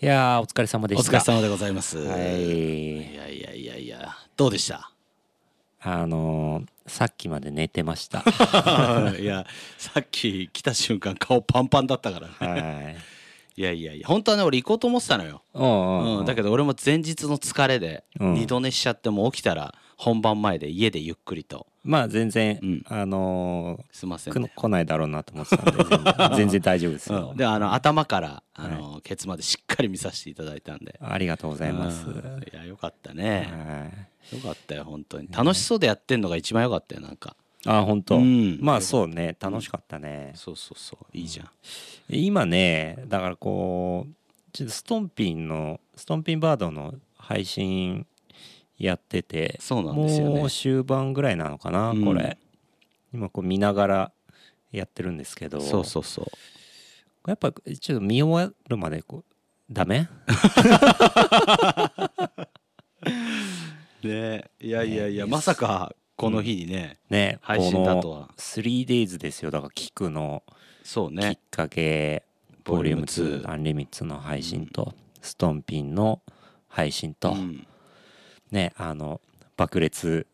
いやーお疲れ様でおした疲れ様でございます。はいいやいやいやいや、どうでした。 あのーさっきまで寝てましたいや、さっき来た瞬間顔パンパンだったから ね。はいいやいやいや、本当はね、俺行こうと思ってたのよ。うんうん、うん、だけど俺も前日の疲れでうん二度寝しちゃってもう起きたら本番前で家でゆっくりとまあ全然、うんあのすいまーせんくのね、来ないだろうなと思ってたんで全然全然大丈夫ですよ、 うん、であの頭からあの、ケツまでしっかり見させていただいたんでありがとうございます、うんいやよかったね、はいよかったよ本当に楽しそうでやってんのが一番よかったよなんかあ本当、うんまあそうね楽しかったね、そうそうそういいじゃん今ねだからこうちょっとストンピンのストンピンバードの配信やっててそうなんですよねもう終盤ぐらいなのかな、うんこれ今こう見ながらやってるんですけどそうそうそうやっぱちょっと見終わるまでこうダメねいやいやいや、ねまさかこの日にね、ね配信だとは 3days ですよだから聞くのそうきっねかけ、ボボリリュューームム2 2アンリミッツの配信と、ストンピンの配信と、うんねあの爆裂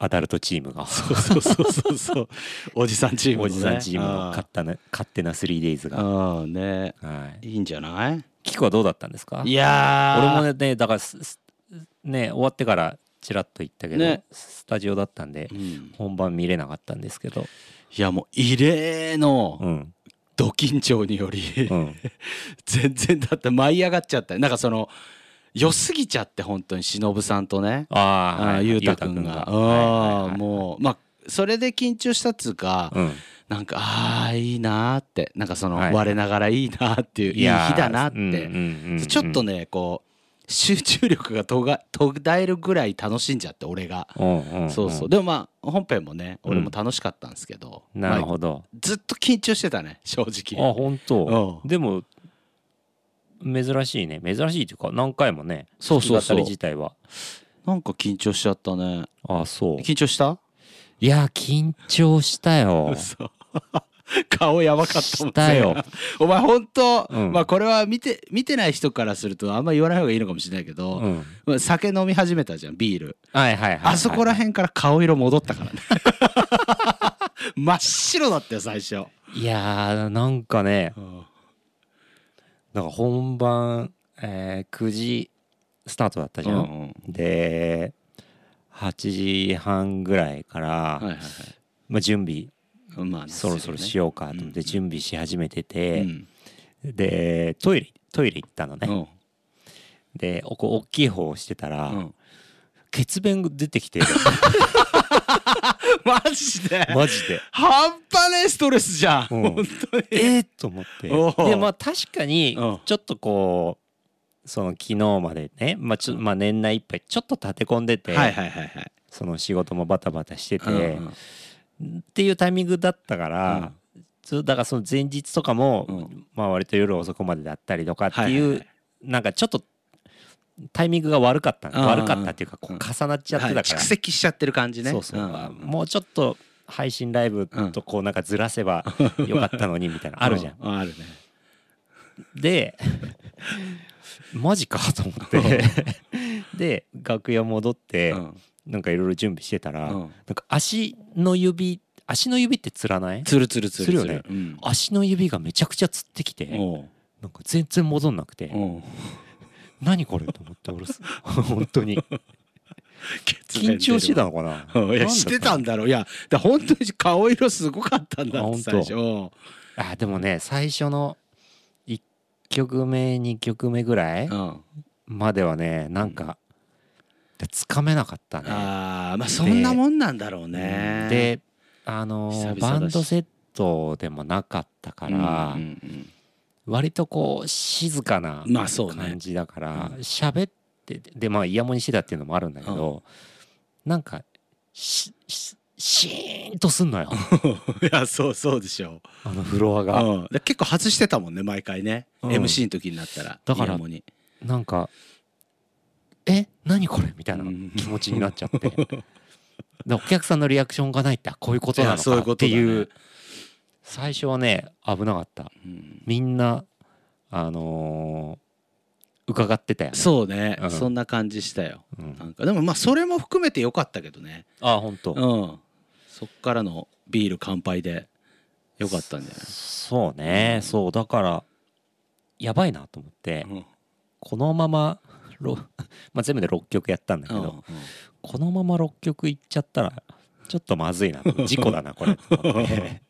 アダルトチームがそうそうそうそうそう おじさんチームのおねじさんチームのあ勝ったな勝手な 3days が、あねはい、いいんじゃないキクはどうだったんですかいやー俺もねだからすすね終わってからちらっと行ったけど、ねスタジオだったんでうん本番見れなかったんですけどいやもう異例のうんド緊張により、うん 全然だって舞い上がっちゃったなんかその良すぎちゃって本当に忍さんとねあーあはーい裕ゆう太たく君んががあはいはいはーいもうまあそれで緊張したっつうか、うんなんかああいいなーってなんかそのはい我ながらいいなーっていういい日やーだなっうんうんてうんうんちょっとねこう集中力が途が途絶えるぐらい楽しんじゃって俺がうんうんうんそうそうでもまあ本編もねうん俺も楽しかったんですけどなるまあほど、ずっと緊張してたね正あ直本当うんでも珍しいね珍しいというか何回もねそうそうそ弾き語うり自体はなんか緊張しちゃったねあそう緊張した いや緊張したよ嘘顔やばかったもしんねたよお前本当、うんまあこれは見て見てない人からするとあんま言わない方がいいのかもしれないけど、うんまあ酒飲み始めたじゃんビールはいはいはい、はい、あそこら辺から顔色戻っ たからね真っ白だったよ最初、いやーなんかねなんか本番、えー9時スタートだったじゃん、うんで8時半ぐらいから、はいはいはまあ、準備いまあねそろそろしようかと思って準備し始めてうて、んでトイレトイレ行ったのね、うんでおこう大きい方をしてたら、うん血便が出てき てマジでマジで。半端ねえストレスじゃん、うん本当にえー、と思っておうでまあ確かにうんちょっとこうその昨日までね、まあ、ちょまあ年内いっぱいちょっと立て込んでて、はいはいはいはい、その仕事もバタバタしてて、うんうんっていうタイミングだったから、そうだからその前日とかも、うんまあ割と夜遅くまでだったりとかっていう、はいはいはなんかちょっとタイミングが悪かったうんうん悪かったっていうかこうんう重なっちゃってたから、はい蓄積しちゃってる感じねそうそう、んんんもうちょっと配信ライブとこうなんかずらせばよかったのにみたい なあるじゃん。うあるねで マジかと思ってで楽屋戻ってうんなんかいろいろ準備してたらうなんんか足の指足の指ってつらないつるつるつるするよねうん足の指がめちゃくちゃつってきておうなんか全然戻んなくておう何これと思って俺す 本当に緊張してたのかなうんいなんやだしてたんだろういやだ本当に顔色すごかったんだあっ本て当最初うんあでもね最初の1曲目2曲目ぐらいあまではねなんかつかめなかったねあーまあそんなもんなんだろうねであのー久々だしバンドセットでもなかったかうんうんら、うん割とこう静かなまあそうね感じだからうん喋、っててでまあイヤモニしてたっていうのもあるんだけど、なんかししシーンとすんのよ いやそうそうでしょあのフロアうが、うんで結構外してたもんね毎回ねうん MC の時になったらだからイヤモニなんか「え何これ?」みたいなうん気持ちになっちゃってでお客さんのリアクションがないってあこういうこといなやのそういうかこっとてだねいう最初はね危なかったうんみんなあの伺ってたよねそうね、うんそんな感じしたようんなんかでもまあそれも含めてよかったけどねあ本当、うんそっからのビール乾杯でよかったんじゃなそうねそうだからやばいなと思って、い、うんこのままろ まあ全部で6曲やったんだけど、うんこのまま6曲いっちゃったらちょっとまずいな と事故だなこれ と思って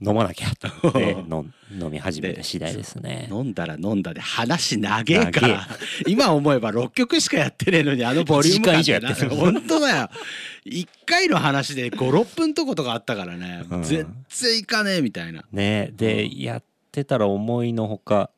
飲まなきゃと思って のん飲み始めた次第ですね飲んだら飲んだで話長えか長えら今思えば6曲しかやってねえのにあのボリューム感一時間以上やってるな本当だよ1回の話で56分とことかあったからね、うん絶対いかねえみたいなねでやってたら思いのほか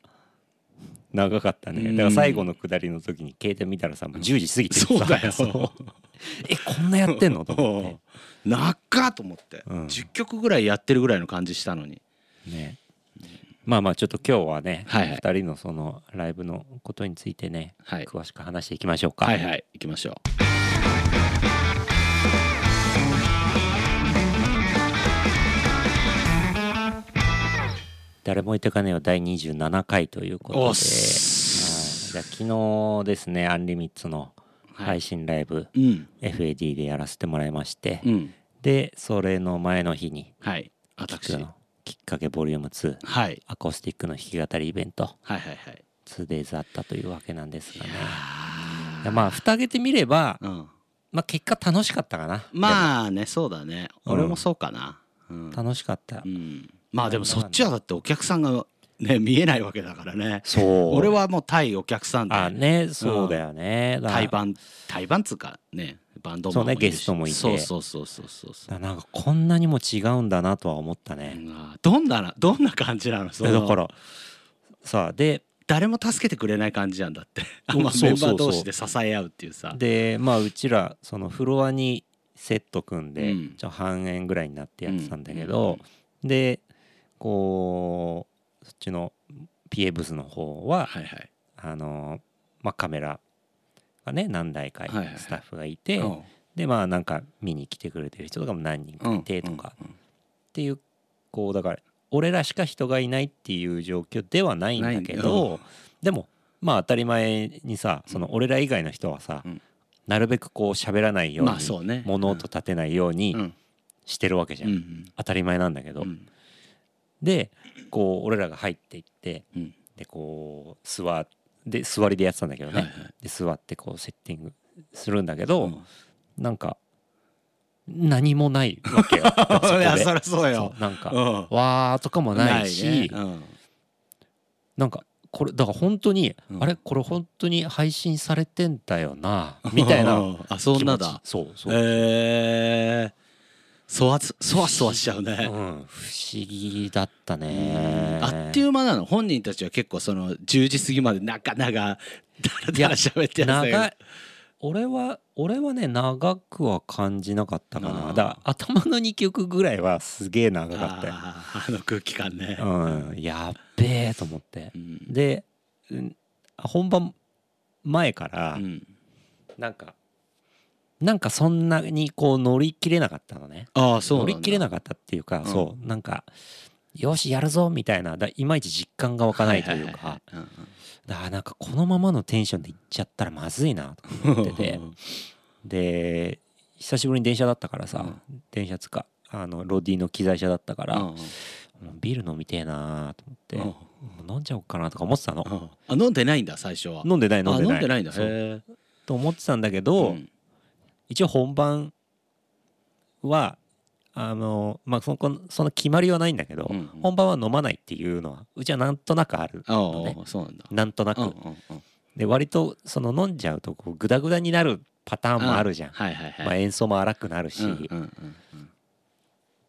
長かったうねんだから最後の下りの時に携帯見たらさもう10時過ぎてそうださよそう えこんなやってんのと思っなっかと思って、うん10曲ぐらいやってるぐらいの感じしたのにてねまあまあちょっと今日はね、はいはい2人のそのライブのことについてね、はい詳しく話していきましょうかはいはい行きましょう誰も置いてかねえよ第27回ということで、おはっい、すじゃあ昨日ですねアンリミッツの配信ライブ、うん、 FAD でやらせてもらいまして、うん、でそれの前の日にはいキ私ッはクいのきっかけボリューム2はいアコースティックの弾き語りイベントはいはい 2days あったというわけなんですがねあいやまあ蓋開けてみれば、ーうんまあ、結果楽しかったかなあまあねそうだねうん俺もそうかな、うん楽しかった、うんまあでもそっちはだってお客さんがね見えないわけだからねそう俺はもう対お客さんであねそうだよね、だから対バン対バンっつうかねバンドそマうンねいるしゲストもいてそうそうそうそうそうそうなんかこんなにも違うんだなとは思ったね、うんあーどんななどんな感じなのそえのだからさあで誰も助けてくれない感じなんだってあまあそうメそうそうンバー同士で支え合うっていうさでまあうちらそのフロアにセット組んで、うんちょ半円ぐらいになってやってたんだけど、でこうそっちの PA ブスの方は、はいはいあのまあ、カメラがね何台かはいはいスタッフがいて、うんでまあなんか見に来てくれてる人とかも何人かいてとかうんうんっていうこうだから俺らしか人がいないっていう状況ではないんだけど、ないでもまあ当たり前にさその俺ら以外の人はさ、うんなるべくこう喋らないように、まあそうね物音立てないようにうんしてるわけじゃん、うん当たり前なんだけど、うんでこう俺らが入っていってうんでこう座で座りでやってたんだけどね、はいはいで座ってこうセッティングするんだけど、うんなんか何もないわ けよ そこいでやそりゃそうよそうなんか、うんわーとかもないないねし、うんなんかこれだから本当に、うんあれこれ本当に配信されてんだよ なみたいなあそんなだ気持ちそうそう、ええそわつそわそわしちゃううねん、不思議だったねあっという間なの本人たちは結構その10時過ぎまでなかなかだらだら喋ってやつだけど長い俺は俺はね長くは感じなかったかなあだーから頭の2曲ぐらいはすげえ長かったよあーあの空気感ね、うん、やっべえと思ってうんでうん本番前から、うんなんかなんかそんなにこう乗り切れなかったのねああそうな乗んだり切れなかったっていうか、んそうなんかよしやるぞみたいなだいまいち実感が湧かないというはかいはいはいだからなんかこのままのテンションでいっちゃったらまずいなと思っててで久しぶりに電車だったからさ、電車つかあのロディの機材車だったから、うんうもんうビール飲みてえなと思って、うんもう飲んじゃおうかなとか思ってたの、あ飲んでないんだ最初は飲んでない飲んでないあ飲んでないんだそうへえと思ってたんだけど、うん一応本番はあのまあそこその決まりはないんだけど、うんうん本番は飲まないっていうのはうちはなんとなくあるあのねあそうなんだなんとなく、うんうんうんで割とその飲んじゃうとこうグダグダになるパターンもあるじゃん、はいはいはいまあ、演奏も荒くなるし、うんうっんうんうん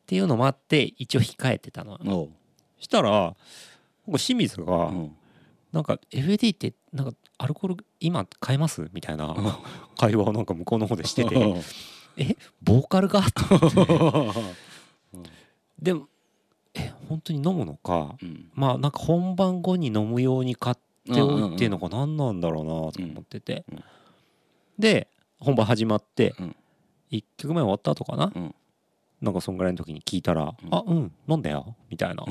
ていうのもあって一応控えてたの、おうしたらなんか清水が、うんなんか FAD ってなんかアルコール今買えますみたいな会話をなんか向こうの方でしててえボーカルが と思ってでもえ本当に飲むのか うんまあなんか本番後に飲むように買っておいてのが何なんだろうなと思ってて、うんうんで本番始まってうん1曲目終わった後かな、うんなんかそんぐらいの時に聞いたら「うんあうん飲んだよ」みたいな、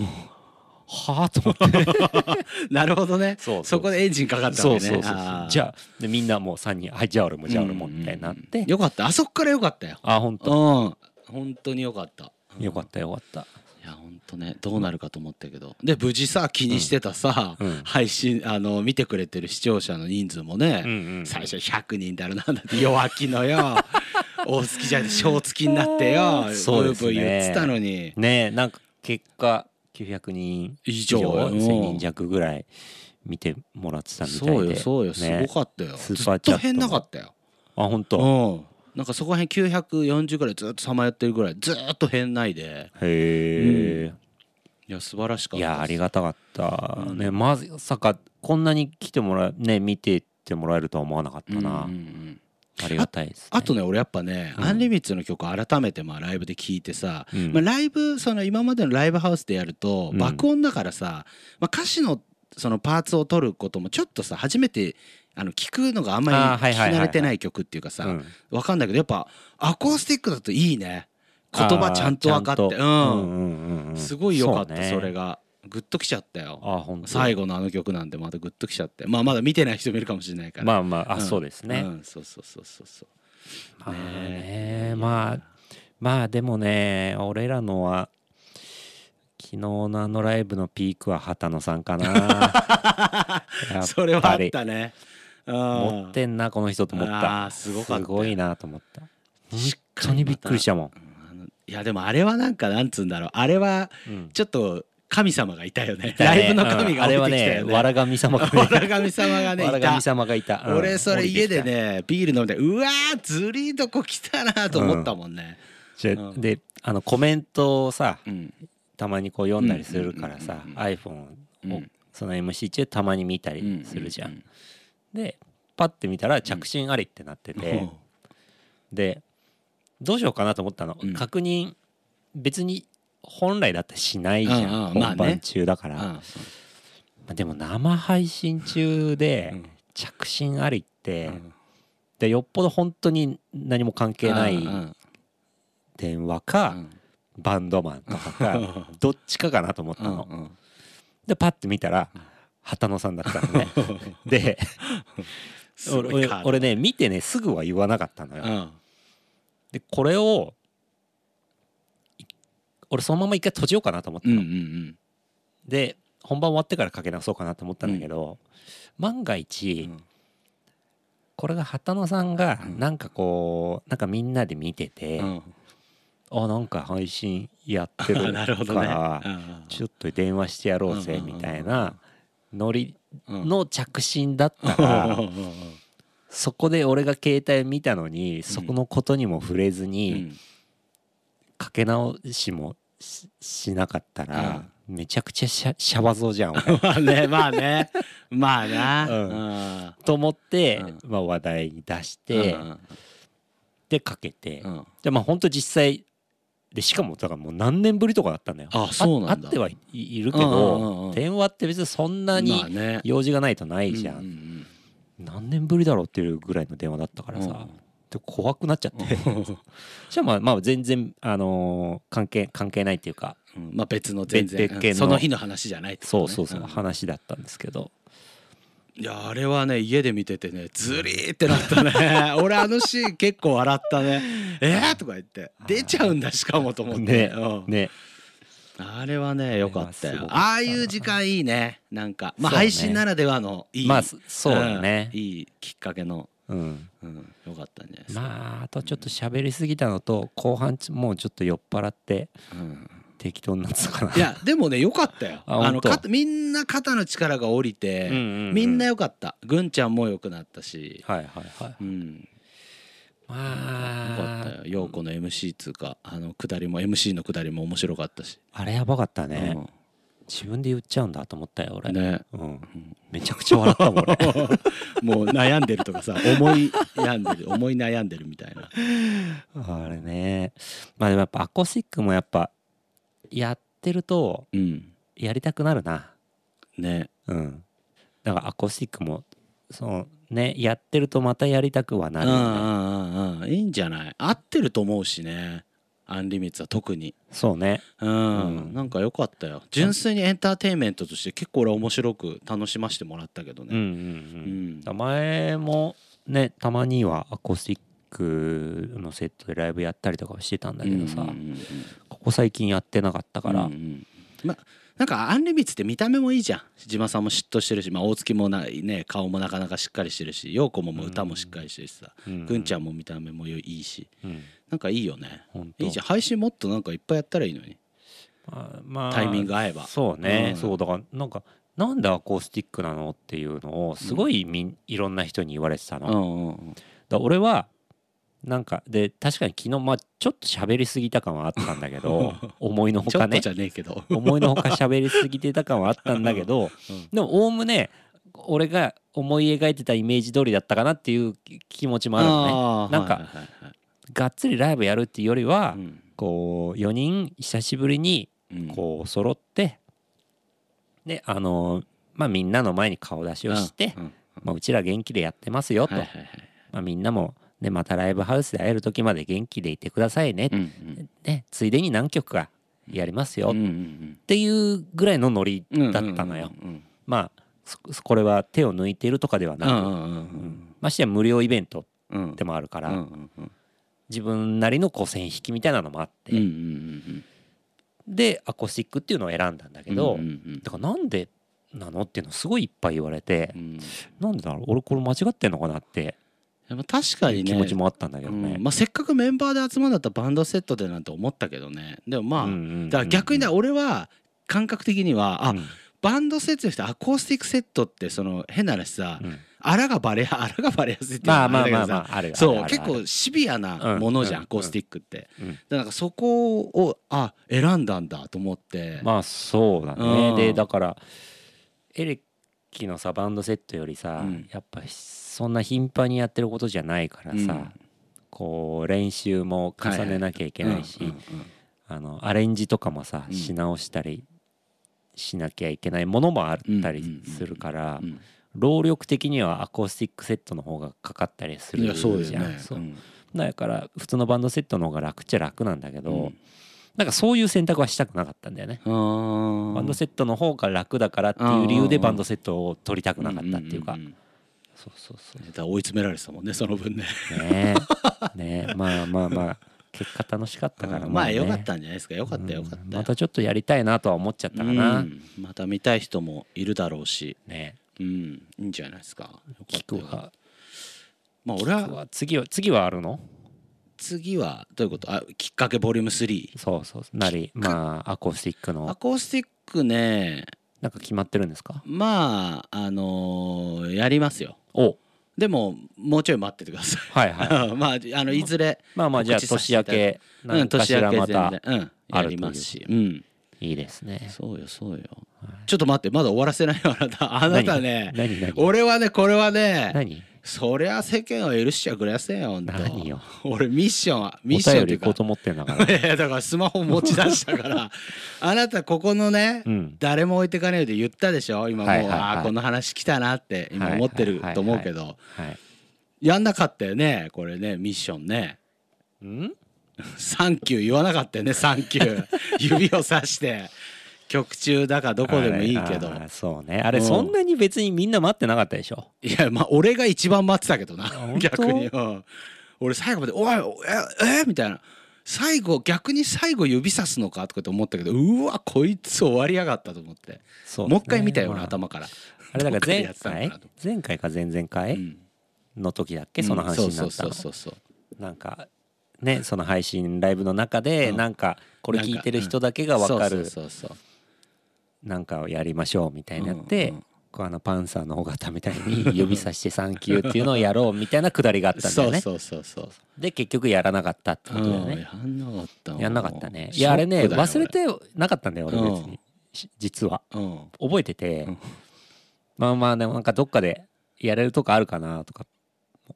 はあと 思って なるほどねそうそこでエンジンかかったそわうけそうそうそねうあーじゃあでみんなもう3人「はいじゃあ俺もじゃあ俺も」みたいになっうんてよかったあそこからよかったよあ本うん当本当によかったよかったたよかったいや本当ねどうなるかと思ったけどで無事さ気にしてたさ、うん配信あの見てくれてる視聴者の人数もね、うんうん最初100人だろなんだって弱気 のよ大月じゃない小月になってよそうですねブーブー言ってたのにねえなんか結果900人以以上上1000うん人弱ぐらい見てもらってたみたいでそうよそうよすねごかったよ、スーずパーっチャとットも変なかったよあ本う当んなんかそこら辺940ぐらいずっとさまよってるぐらいずっと変ないでへえいや素晴らしかっいたやありががたかった、うんねまさかこんなに来てもらね見てってもらえるとは思わなかったな、うんうんうんありがたいです、ね、あとね俺やっぱね、うんアンリミッツの曲改めてまあライブで聴いてさ、うんまあ、ライブその今までのライブハウスでやるとうん爆音だからさ、まあ、歌詞のそのパーツを取ることもちょっとさ初めてあの聞くのがあんまりあーはい聞きはいはいはい慣れてない曲っていうかさ、うんわかんないけどやっぱアコースティックだといいね言葉ちゃんと分かってあーちうゃんん、とうんうんうんうんすごい良かったそ,、うねれがグッときちゃったよあ本当最後のあの曲なんてまたグッときちゃってまあまだ見てない人もいるかもしれないからまあまああ、うんそうですね、うん、そうそうそうそうそうまあねねまあまあでもね俺らのは昨日のあのライブのピークは畑野さんか なやっそれはあぱっりたねうん持ってんなこの人と思ったあーすごかったすごいなと思ったしっ本当にびっくりしたもん、あのいやでもあれはなんかなんつうんだろうあれはうんちょっと神様がいたよね ライブの神があ降れりはてきたねよねわら神様 がねわら神様がねわらいた神様がいたうん俺それ家で降りてねビール飲んでうわーずりーとこ来たなと思ったもんねきたうんであのコメントをさうんたまにこう読んだりするからさうんうん iPhone うをんその MC 中たまに見たりするじゃんでパッて見たら着信ありってなってうんて、でどうしようかなと思ったの、うん確認別に本来だってしないじゃんうんうんまあね本番中だから、あまあでも生配信中でうん着信ありって、うんでよっぽど本当に何も関係ないうん電話うか、んバンドマンとかか どっちかかなと思ったうんの、うんでパッて見たら畑野さんだったのねで すごい俺カード俺ね見てねすぐは言わなかったのよ、うんでこれをい俺そのまま一回閉じようかなと思ったうんうの、んで本番終わってからかけ直そうかなと思ったんだけど、万が一、うんこれが畑野さんがうんなんかこうなんかみんなで見てて、うんあなんか配信やってある なるほかどねら、ちょっと電話してやろうぜうんうんうんみたいなノリうんの着信だったうん らうんうんそこで俺が携帯見たのにそこのことにも触れずうにんかけ直しもししなかったらあめちゃくちゃシャシャバ像じゃん俺 まあねまあねまあなうん と思ってうん、まあ、話題に出して、うんでかけて、うんでまあ本当実際でしかもだからもう何年ぶりとかだったんだよあそうなんだあってはい、いるけうんうんうんうどん電話って別にそんなまあにね用事がないとないじゃん、ううん何年ぶりだろうっていうぐらいの電話だったからさ、うんで怖くなっちゃって、 うんじゃあまあまあ全然、あのー関係関係ないっていうかうんまあ別の全然別別件のその日の話じゃないってことそねうそうそう、ん話だったんですけどいやあれはね家で見ててねずりーってなった ね俺あのシーン結構笑ったねえーとか言って出ちゃうんだしかもと思ってねうんねあれはねよかったあれはすごよかったなああいう時間いいねなんかまあそうね配信ならではのいいまあそそうだねうんいいきっかけのうんうんよかったんじゃないですかまああとちょっと喋りすぎたのと後半ちもうちょっと酔っ払ってうん適当になってたかないやでもねよかった よああ本の当肩みんな肩の力が下りてうんうんうんみんなよかったぐんちゃんもよくなったし はいはいはいうんまよかったあよ陽子の MC つうかあの下りも MC の下りも面白かったしあれやばかったね、うん自分で言っちゃうんだと思ったよ俺、ね うん、めちゃくちゃ笑ったもん俺もう悩んでるとかさ思い悩んでる思い悩んでるみたいな あれねまあでもやっぱアコースティックもやっぱやってるとうんやりたくなるなねうんだからアコースティックもそのねやってるとまたやりたくはうなんるうよねんうんうんいいんじゃない合ってると思うしねアンリミッツは特にそうねうん、うんなんか良かったよ純粋にエンターテインメントとして結構俺は面白く楽しませてもらったけどうんうね、うんんうん前もねたまにはアコースティックのセットでライブやったりとかはしてたんだけどさ、うんうんうんうんここ最近やってなかったから、うんうんまなんかアンリミッツって見た目もいいじゃん自慢さんも嫉妬してるし、まあ、大月もないね顔もなかなかしっかりしてるし陽子ももう歌もしっかりしてるしさ、うんくんちゃんも見た目もいいしうんなんかいいよねほんといいじゃん配信もっとなんかいっぱいやったらいいのにまあまあタイミング合えばそうね、うんそうだからなんかなんでアコースティックなのっていうのをすごいみん、いろんな人に言われてたの、うだかんうんうんら俺はなんかで確かに昨日まあちょっと喋りすぎた感はあったんだけ ど思いのほちょかっとねじゃねえけど思いのほか喋りすぎてた感はあったんだけど、うんでもおおむね俺が思い描いてたイメージ通りだったかなっていう気持ちもあるのねあーなんかはいはいはいがっつりライブやるっていうよりは、はいこう4人久しぶりにうんこう揃ってであのーまあみんなの前に顔出しをして、うんうんまあ、うちら元気でやってますよと、はいはいはいまあ、みんなも、ね、またライブハウスで会える時まで元気でいてくださいね、うんうんねついでに何曲かやりますようっんうんていうぐらいのノリうんうんだったのよ。うんまあそこれは手を抜いているとかではうんうなく、んうんましてや無料イベントうんうんでもあるから、うんうんうん自分なりのこう線引きみたいなのもあって、うんうんうんでアコースティックっていうのを選んだんだうけんど、うんうんだからなんでなのっていうのすごいいっぱい言われてう、んいなんでだろう俺これ間違ってんのかなってやまあ確かにね気持ちもあったんだけどうねん。まあ、せっかくメンバーで集まるんだったらバンドセットでなんて思ったけどねでもまあ、うんうんうんだから逆にだ俺は感覚的にはあ、うんバンドセットとしてアコースティックセットってその変な話さ、うんあらがバレあらがバレやすいっていうのまはあまあれだまけあどさまああるよそうあるあ結るある構シビアなものじゃん、うんアコースティックって、うんだからなんかそこをあ選んだんだと思って、まあそうだうんねでだからエレキのさバンドセットよりさうんやっぱそんな頻繁にやってることじゃないからさこう練習も重ねなきゃいけないうんうしんあのアレンジとかもさうんし直したりしなきゃいけないものもあったりするからうん労力的にはアコースティックセットの方がかかったりすいるやそうだじよゃねん。そううんだから普通のバンドセットの方が楽っちゃ楽なんだけど、うんなんかそういう選択はしたくなかったんだよね。あーバンドセットの方が楽だからっていう理由でバンドセットを取りたくなかったっていうか、んんんんそうそうそねだから追い詰められてたもんねその分ねうねえね えまあまあまあ結果楽しかったからうんまあねよかったんじゃないですかよかったよかうっんたまたちょっとやりたいなとは思っちゃったかな、うんまた見たい人もいるだろうしねうんいいんじゃないですかよかったえよ聞くわまあ俺聞くはわ次は次はあるの次はどういうことあきっかけボリューム3そうそうなりまあアコースティックアのコースティックねなんか決まってるんですかまああのーやりますよおでももうちょい待っててくださいはい はい まああのいずれまあまあじゃあ告知させて年明けいただいう何んか年しら明まけた全然うんあやるといりうますしうんいいですね。そうよそうよはいちょっと待ってまだ終わらせないよあな たあなたね何何俺はねこれはね何そりゃ世間を許しちゃくれやせんよほんと何よ。俺ミッションはおミッション便ってりいう行こかうと思ってんだから。 いやだからスマホ持ち出したからあなたここのね、うん。誰も置いてかねえで言ったでしょ今もう、はいはいはいああこの話来たなって今思ってると思うけど、はい。やんなかったよねこれねミッションねうん？ 「サンキュー」言わなかったよね「サン キュー」指をさして曲中だかどこでもいいけどあれあーそうね。あれうんそんなに別にみんな待ってなかったでしょ。いやまあ俺が一番待ってたけどな本当逆に、うん俺最後まで「おいええみたいな最後逆に最後指さすのかとかって思ったけどうわこいつ終わりやがったと思ってそうですね。もう一回見たよま俺あ頭からあれだから前どっかでやってたのかな回と前回か前々え回の時だっけその話になったそうの。そうそうそうなんかねその配信ライブの中でうんなんかこれ聞いてる人だけがわかるそうそうそうなんかをやりましょうみたいになっうてんうん。こうあのパンサーの尾形みたいに指さして「サンキュー」っていうのをやろうみたいなくだりがあったんだそようね。そうそうそうで結局やらなかったってことだようんね、やんなかったやんなかったねいやあれね忘れ、てなかったんだよ俺別うんに、し実はショックだよ俺覚えてて、うんまあまあでもなんかどっかでやれるとこあるかなとか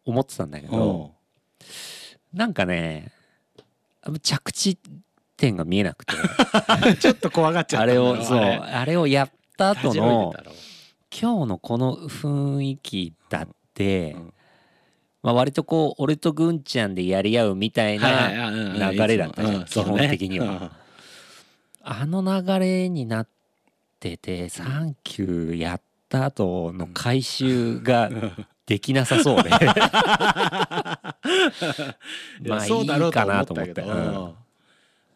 思ってたんだけうんど、なんかねあの着地点が見えなくてうん、 ちょっと怖がっちゃあったんだれろをそうああれをやったれ後初めのてだろ今日のこの雰囲気だって、うんまあ、割とこう俺とぐんちゃんでやり合うみたいな流れだったじゃん基本的には。あの流れになってて「サンキュー」やった後の回収ができなさそう でいやまあいそうだろいうとか思なっと思たっけてどうん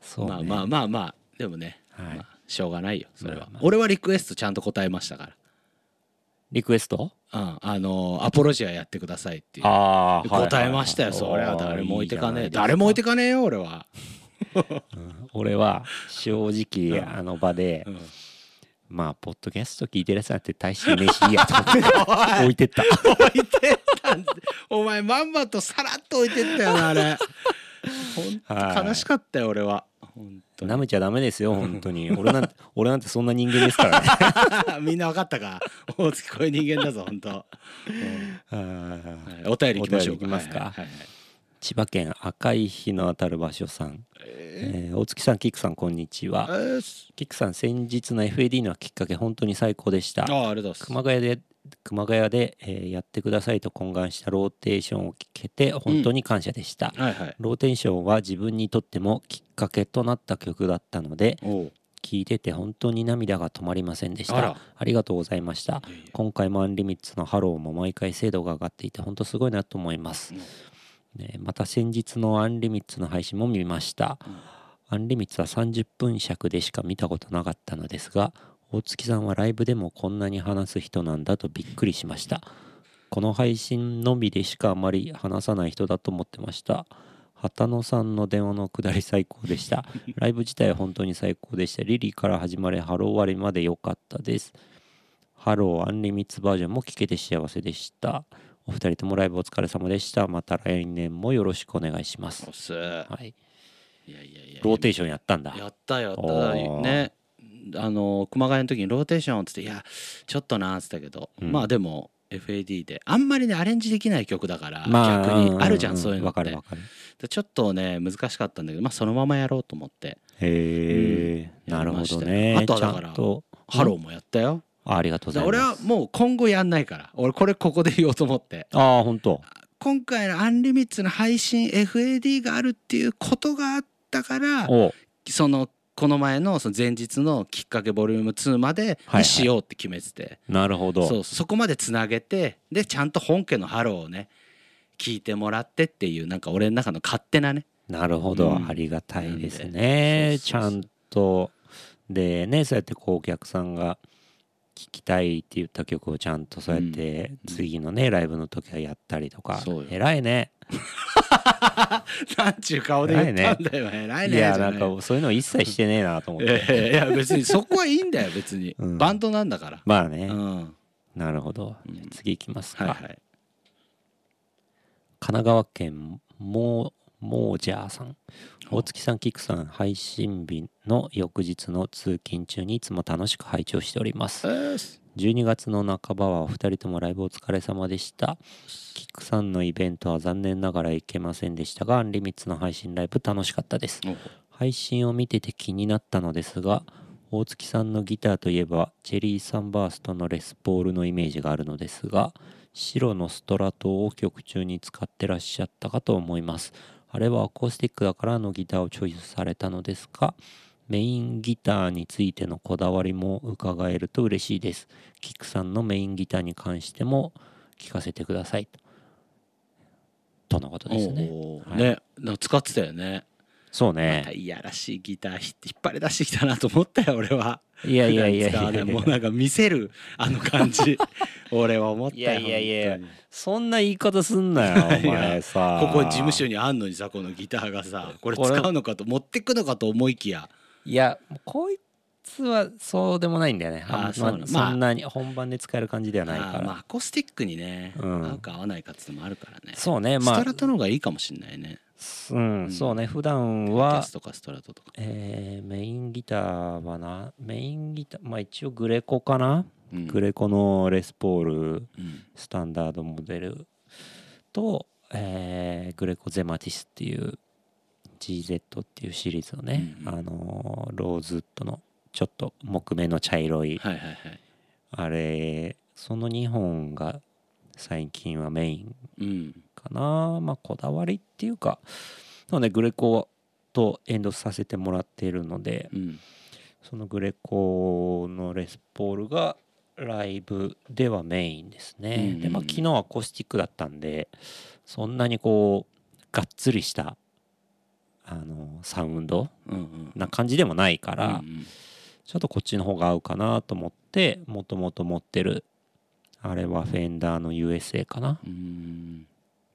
そうまあねまあまあまあでもね、はいまあしょうがないよそれは、まあまあ俺はリクエストちゃんと答えましたかリクエストら、うん、あのアポロジアやってくださいっていうあーはいはい答えましたよ、それは誰も置いてかねえ誰も置いてかねえよ俺は、 俺は正直うんあの場でうんまあポッドキャスト聞いてるやつなんて大してねえしいいやと思って 置いてった置いてったんでお前まんまとさらっと置いてったよなあれ本当悲しかったよ俺は本当に舐めちゃダメですよ本当 に俺なんて俺なんてそんな人間ですからねみんな分かったか大月こういう人間だぞ本当、うんはいはいお便りいきましょうお便りいきますかはいはいはいはい千葉県赤い日の当たる場所さん、ええー大月さんキクさんこんにちーはえーキクさん先日の FAD のきっかけ本当に最高でしたあありがとうございま熊谷で熊谷で、えーやってくださいと懇願したローテーションを聞けて本当に感謝でした、すはいはいローテーションは自分にとってもきっかけとなった曲だったのでおう聴いてて本当に涙が止まりませんでしたああらりがとうございましたいやいや今回もアンリミッツのハローも毎回精度が上がっていて本当すごいなと思います、ね、また先日のアンリミッツの配信も見ました、アンリミッツは30分尺でしか見たことなかったのですが大月さんはライブでもこんなに話す人なんだとびっくりしましたこの配信のみでしかあまり話さない人だと思ってました畑野さんの電話の下り最高でした ライブ自体は本当に最高でしたリリーから始まりハロー終わりまで良かったですハローアンリミッツバージョンも聞けて幸せでしたお二人ともライブお疲れ様でしたまた来年もよろしくお願いしますおっすいやはいいやいやローテーションやったんだやったやったおーねあの熊谷の時にローテーションっつって「いやちょっとな」っつったけど、うんまあでも FAD であんまりねアレンジできない曲だから、まあ逆にあるじゃん、うそういうのわってかるわかるでちょっとね難しかったんだけど、まあ、そのままやろうと思ってへえ、うんなるほどやねりましたよあとはだからちゃんと「ハロー」もやったよ、あありがとうごでざい俺まはすもう今後やんないから俺これここで言おうと思ってああ本当今回の「アンリミッツ」の配信 FAD があるっていうことがあったからおそのこの前のその前日のきっかけボリューム2まではいはいにしようって決めてて、なるほどそうそこまでつなげてでちゃんと本家の「ハロー」をね聞いてもらってっていうなんか俺の中の勝手なね なるほど、うんありがたいですなんねでそうそうそうちゃんとでねそうやってこうお客さんが聞きたいって言った曲をちゃんとそうやってうん次のねライブの時はやったりとかそうよ偉いねなんちゅう顔で言ったんだよ偉いいねやじなゃんかそういうの一切してねえなと思っいてやいやいや別にそこはいいんだよ別に、うんバンドなんだから、まあうねん、なるほどうん次いきますはかいは神い奈川県モーモージャーさん大月さんキクさん配信日の翌日の通勤中にいつも楽しく拝聴しております12月の半ばはお二人ともライブお疲れ様でしたキックさんのイベントは残念ながら行けませんでしたがアンリミッツの配信ライブ楽しかったですお配信を見てて気になったのですが大月さんのギターといえばチェリーサンバーストのレスポールのイメージがあるのですが白のストラトを曲中に使ってらっしゃったかと思いますあれはアコースティックだからのギターをチョイスされたのですかメインギターについてのこだわりも伺えると嬉しいですキックさんのメインギターに関しても聞かせてくださいととのことですねおーはいねなんか使ってたよね、そうまたねいやらしいギターひ引っ張り出してきたなと思ったよ俺はいやいやいやい普段使わやいなやもうなんか見せるあの感じ俺は思ったよいやいやいや本当にそんな言い方すんなよ いおや前さここ事務所にあんのにさこのギターがさこれ使うのかと持ってくのかと思いきやいやこいつはそうでもないんだよねあーあんまそうなのそんなに本番で使える感じではあないから、ーまあアコースティックにね、うん合うか合わないかっつってもあるからねそうねスまトラトの方がいいかもしんないねあうん、うんそうね普段キャはス、とかストラトとかえーメインギターはなメインギターまあ一応グレコかな、うんグレコのレスポールうんスタンダードモデルと、えーグレコゼマティスっていう GZ っていうシリーズのね、うんうんあのーローズウッドのちょっと木目の茶色いはいはいはいあれその2本が最近はメインうんかなまあこだわりっていうかなのでグレコとエンドさせてもらっているのでうんそのグレコのレスポールがライブではメインですね、うんでまあ昨日アコースティックだったんでそんなにこうがっつりしたあのサウンドうんうんな感じでもないから、うんちょっとこっちの方が合うかなと思ってもともと持ってるあれはフェンダーの USA かなうんうん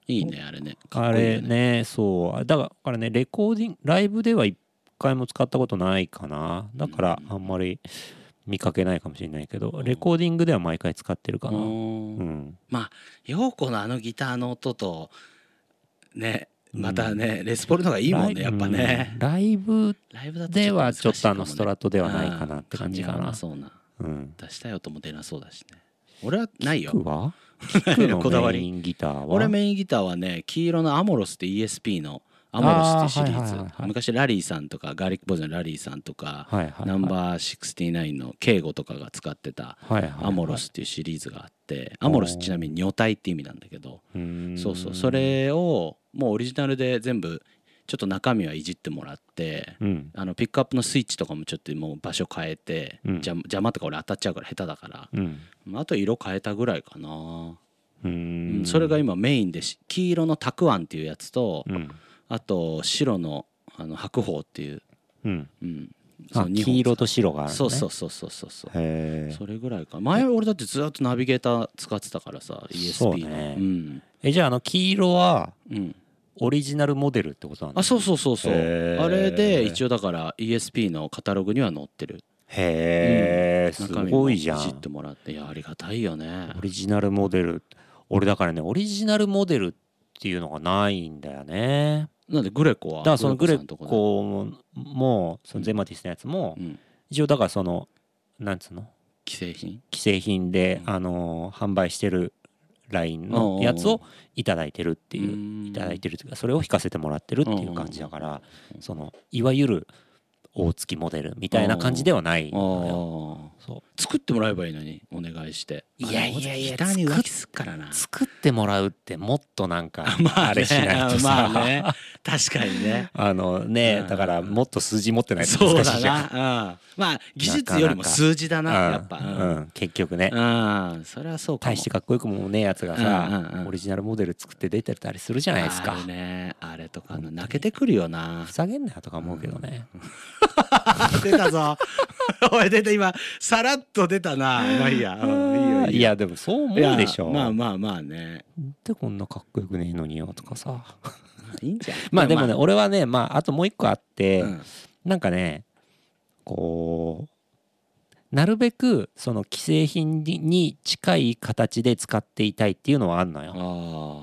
いいねあれねかあっこいいれよねそうあだからだからねレコーディングライブでは一回も使ったことないかなだからうんあんまり見かけないかもしれないけどんレコーディングでは毎回使ってるかうなうんん陽子のあのギターの音とねまたね、レスポールの方がいいもんねやっぱうんね、ライブライブだとではちょっとあ難のしいストかもねラトではないかなって感じかうん合わなそうなうん出したい音も出なそうだしね俺はないよ僕 はキックこだのわメりインギターは俺メインギターはね黄色のアモロスって ESP のアモロスってシリーあーはいはズいはいはい昔ラリーさんとかガーリックボーイズのラリーさんとか、はいはいはいナンバー69のケイゴとかが使ってたはいはいはいアモロスっていうシリーズがあってアモロスちなみに女体って意味なんだけどうーんそうそうそれをもうオリジナルで全部ちょっと中身はいじってもらってうんあのピックアップのスイッチとかもちょっともう場所変えてうん邪魔邪魔とか俺当たっちゃうから下手だからうんあと色変えたぐらいかなううんんそれが今メインでし黄色のたくあんっていうやつとうんあと白のあの白鵬っていう、うんうん、あその二本黄色と白があるのねそうそうそうそうそうそうへーそれぐらいか前俺だってずっとナビゲーター使ってたからさ ESP そうのねうんえじゃああの黄色はうんオリジナルモデルってことなんだあそうそうそうそうへーあれで一応だから ESP のカタログには載ってるへえ、中す身もごいいじじゃってんもらっていやありがたいよねオリジナルモデル俺だからねオリジナルモデルっていうのがないんだよねなんでグレコはだからそのグレさんとこでコももそのゼマティスのやつもうん一応だからそのなんつうの既製品既製品でうんあのー販売してるラインおうおのうやつをいただいてるっていうういただいててるというかそれを弾かせてもらってるっていう感じだからそのいわゆる大月モデルみたいな感じではないあのよあそ作ってもらえばいいのにお願いしていやいやいや下に浮気すっからなう作ってもらうってもっとなんか まあれしないとさ、 まあね確かにね あのねうんだからもっと数字持ってないとそう難しだいじゃんな、うん、まあ技術よりも数字だなやっぱうんうん結局ねうん、うん、それはそうかも大してかっこよくもねえやつがうんうさんうんオリジナルモデル作って出てたりするじゃないですかあるねあれとかの泣けてくるよなふざけんなよとか思うけどね出たぞ おい出た今さらっと出たなまあいいや、うんいいよいいよいやでもそう思うでしょいやまあまあまあねなんでこんなかっこよくねえのによとかさまあいいんじゃんまあでもね、俺はねまああともう一個あって、うんなんかねこうなるべくその既製品にに近い形で使っていたいっていうのはあんのよ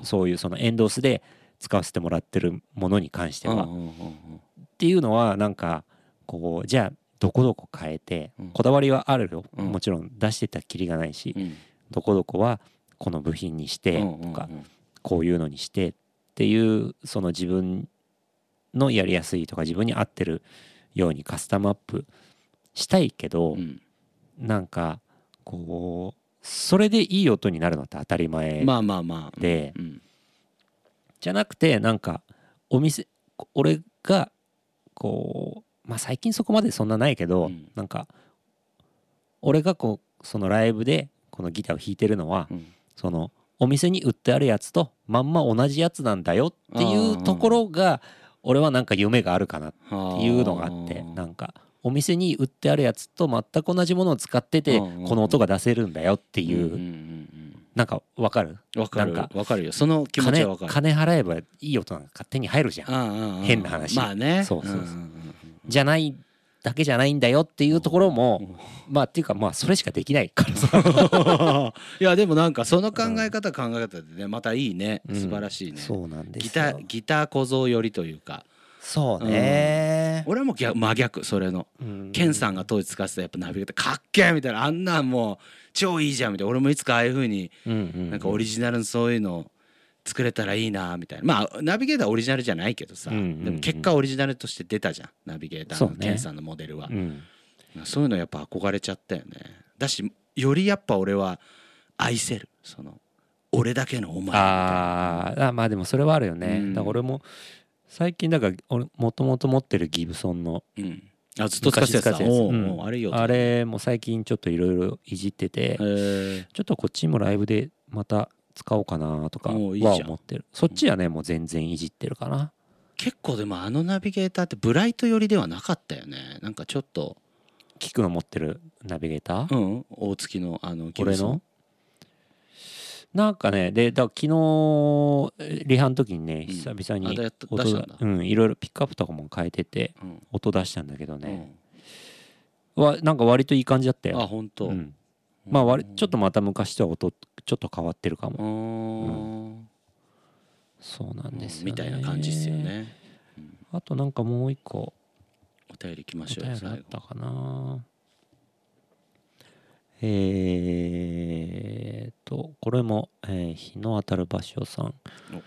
ああそういうそのエンドースで使わせてもらってるものに関しては、うんっうんうんていうのはなんかこうじゃあどこどこ変えて、うんこだわりはあるよ、うんもちろん出してたきりがないし、うんどこどこはこの部品にしてとか、うんうんうんこういうのにしてっていうその自分のやりやすいとか自分に合ってるようにカスタムアップしたいけど、うんなんかこうそれでいい音になるのって当たり前、まあまあまあでうんじゃなくてなんかお店こ俺がこうまあ最近そこまでそんなないけど、うんなんか俺がこうそのライブでこのギターを弾いてるのはうんそのお店に売ってあるやつとまんま同じやつなんだよっていあーうところが俺はなんか夢があるかなっっていうのがあってなんかお店に売ってあるやつと全く同じものを使っててうんうんうんこの音が出せるんだよっていんんううんなんかわかるうんわかるなんかわかるよその気持ち金はわかる金払えばいい音なんか勝手に入るじゃんうんうんうん変な話まあねそうそうそうんんんじゃないだけじゃないんだよっていうところもまあっていうかまあそれしかできないからさいやでもなんか その考え方考え方でねまたいいねうん素晴らしいね、そうなんでギすよターギター小僧寄りというかそうね俺も逆真逆それのうんケンさんが当時使ってたやっぱナビゲーターかっけえみたいなあんなんもう超いいじゃんみたいな俺もいつかああいう風にうんうんなんかオリジナルのそういうの作れたらいいなみたいなまあナビゲーターはオリジナルじゃないけどさうんうんうんでも結果オリジナルとして出たじゃんナビゲーターそのうねケンさんのモデルはうんそういうのやっぱ憧れちゃったよねだしよりやっぱ俺は愛せるそのオ俺だけのお前みたいなあーあまあでもそれはあるよね、うんだから俺も最近だから俺もともと持ってるギブソンのうんあずっと使ってたやつだ昔使ってたやつおううんおうあれいいよあれも最近ちょっといろいろいじってて、へーちょっとこっちもライブでまた使おうかなとかはおういいじゃん思ってるそっちはねもう全然いじってるかな結構でもあのナビゲーターってブライト寄りではなかったよねなんかちょっとキクの持ってるナビゲーター、うん大月のあのギブ俺ソンのなんかねでだから昨日えリハの時にねうん久々あだにやっ出音したんがだうんいろいろピックアップとかも変えててうん音出したんだけどうね、んはなんか割といい感じだったよあ本当うんまあ割ちょっとまた昔とは音ちょっと変わってるかうもんそうなんですよ、ね、みたいな感じですよねあとなんかもう一個お便りいきまおしょ便うよりあ最っ後たかなえー、とこれも、えー日の当たる場所さんお、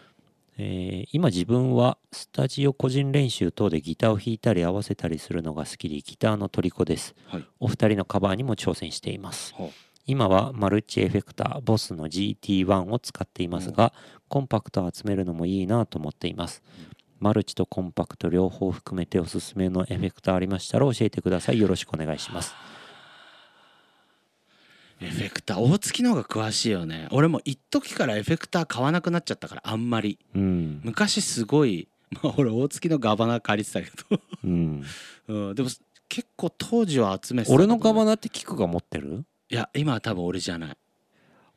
えー今自分はスタジオ個人練習等でギターを弾いたり合わせたりするのが好きでギターの虜ですはいお二人のカバーにも挑戦していますほう今はマルチエフェクターボスの GT1 を使っていますが、コンパクトを集めるのもいいなと思っています、マルチとコンパクト両方含めておすすめのエフェクターありましたら教えてくださいよろしくお願いしますエフェクター大月の方が詳しいよね俺も一時からエフェクター買わなくなっちゃったからあんまりうん、昔すごい まあ俺大月のガバナ借りてたけうん、ど、 うん、でも結構当時は集めてたけ俺どねのガバナってキクが持ってるいや今は多分俺じゃない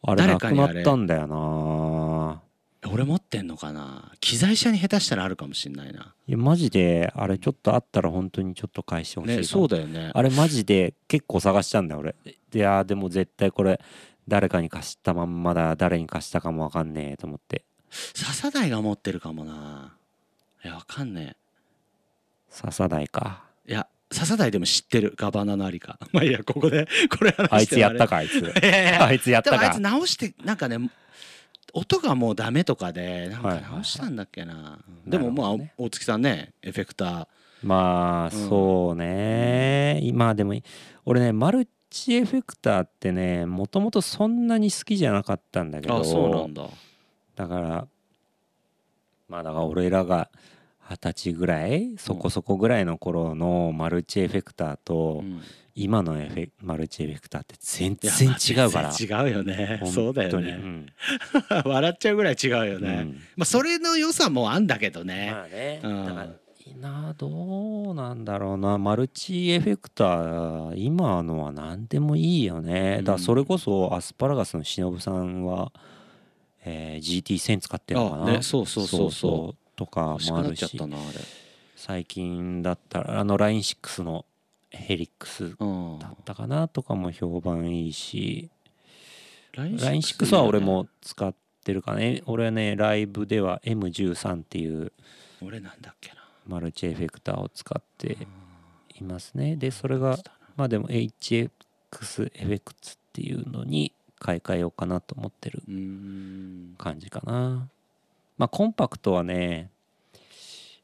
あれな誰かくになあれったんだよな俺持ってんのかな機材車に下手したらあるかもしんないないやマジであれちょっとあったら本当にちょっと返してほしいかもねそうだよねあれマジで結構探したんだよ俺。いやーでも絶対これ誰かに貸したまんまだ誰に貸したかもわかんねえと思って。笹台が持ってるかもないやわかんね笹台 か。えいや笹台でも知ってるガバナのありか まあいいやここでこれ話してもあいつやったかかあいつ。 いやいやいやあいつやっでたもあいつか。直してなんかね音がもうダメとかでなんはかいはいはい直したんだっけな、いでもまなあ、るほどね大月さんねエフェクターまあうんそうね。今でもい俺ねマルチエフェクターってねもともとそんなに好きじゃなかったんだけど。あそうなんだだからまあだから俺らが二十歳ぐらいそこそこぐらいの頃のマルチエフェクターと、うん今のエフェマルチエフェクターって全いや然違うからまあ全然違うよねそうだよね ね,笑っちゃうぐらい違うようん、ね、うんまあそれの良さもあんだけどねまあねうだんからいいなどうなんだろうなマルチエフェクター今のは何でもいいよね、だからそれこそアスパラガスのしのぶさんは、えー、GT1000 使ってるのかなあねそうそうそうそうとか欲しもくあなっるちゃっしたなあれ最近だったらあの LINE6 のヘリックスうんだったかなとかも評判いいし LINE6 LINE6 は俺も使ってるかね俺はねライブでは M13 っていう俺なんだっけなマルチエフェクターを使っていますねでそれがまあでも HX エフェクツっていうのに買い替えようかなと思ってるうーん感じかなまあコンパクトはね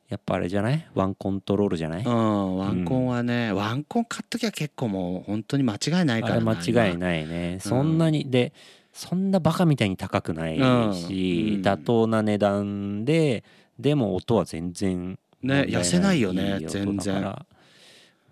やっぱあれじゃないワンコントロールじゃないうんワンコンはね、ワンコン買っときゃ結構もう本当に間違いないかあられ間違いなないねそんなにでそんなバカみたいに高くないうんうしん妥当な値段ででも音は全然ね問題痩せないよねいい音全然だから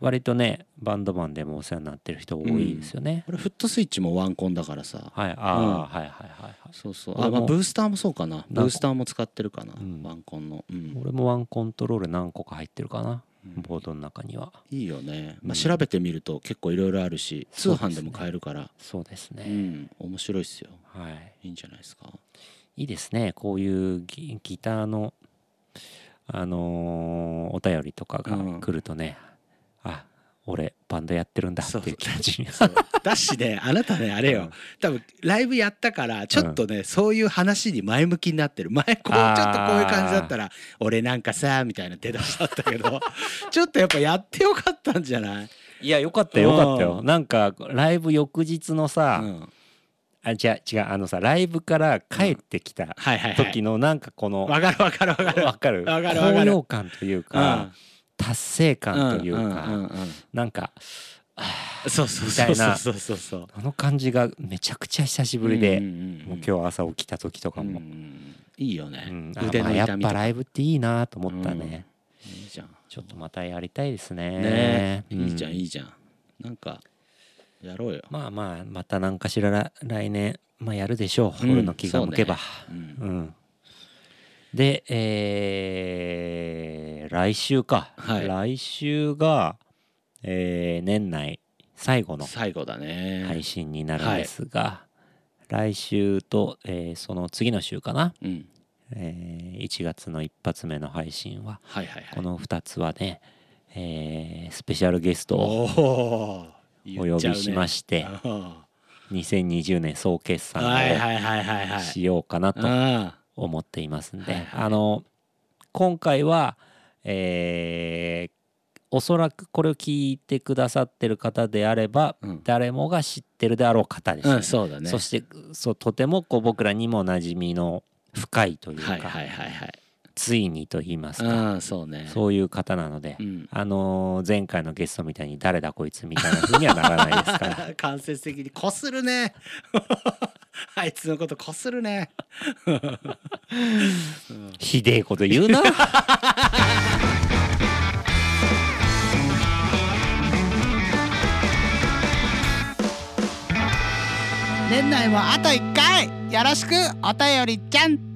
割とねバンドマンでもお世話になってる人多いですよねこれフットスイッチもワンコンだからさはいあうんあはいはいはいはいそうそう俺あ、もまあ、ブースターもそうかなブースターも使ってるかな、うんワンコンの、うん、俺もワンコントロール何個か入ってるかなうんボードの中にはいいよね、うまあ、ん調べてみると結構いろいろあるしそう通ですね販でも買えるからそうですう,、ねん面白いっすよはいいいんじゃないですかいいですねこういうギギターのあのーお便りとかうがん来るとね、あ俺バンドやってるんだっていう気持ちに だしねあなたねあれうんよ多分ライブやったからちょっとね、そういう話に前向きになってる前こうちょあーっとこういう感じだったら「俺なんかさ」みたいな出だしだった けどちょっとやっぱやってよかったんじゃない、いやよかった よよかったようなんかライブ翌日のうさ、ん、あ違う違うあのさライブから帰ってきたはいはいは時いのなんかこの、わかるわかるわかるわかるわかるわかる高揚感というか、達成うん感というか、んんんんなんかそうそうみたそういそうなそうそうそうあの感じがめちゃくちゃ久しぶりで、うんうんうんもう今日朝起きた時とかも、ううんんいいよね、あ腕まのあやっ痛みぱとかライブっていいなと思ったね、うんいいじゃんちょっとまたやりたいですねねえういいじゃんいいじゃんなんかやろうよまあまあまた何かしらら来年、まあ、やるでしょううん俺の気が向けば、そうねうんでえー来週か、はい来週が、えー年内最後の最後だね配信になるんですが、来週と、えーその次の週かな、うんえー1月の一発目の配信ははいはいはいこの2つはね、えースペシャルゲストをおおお呼びしまして、は2020年総決い算はいをはいはいはいしようかなとあ思っていますんで、はいはいあの今回は、えーおそらくこれを聞いてくださってる方であれば、うん誰もが知ってるであろう方ですあね、うんそうだねそしてそうとてもこう僕らにも馴染みの深いというか、はいはいはいはいついにと言いますか、ああそうねそういう方なので、うんあのー前回のゲストみたいに誰だこいつみたいな風にはならないですから 間接的にこするね あいつのことこするねひでえこと言うな年内もあと1回よろしくお便りちゃん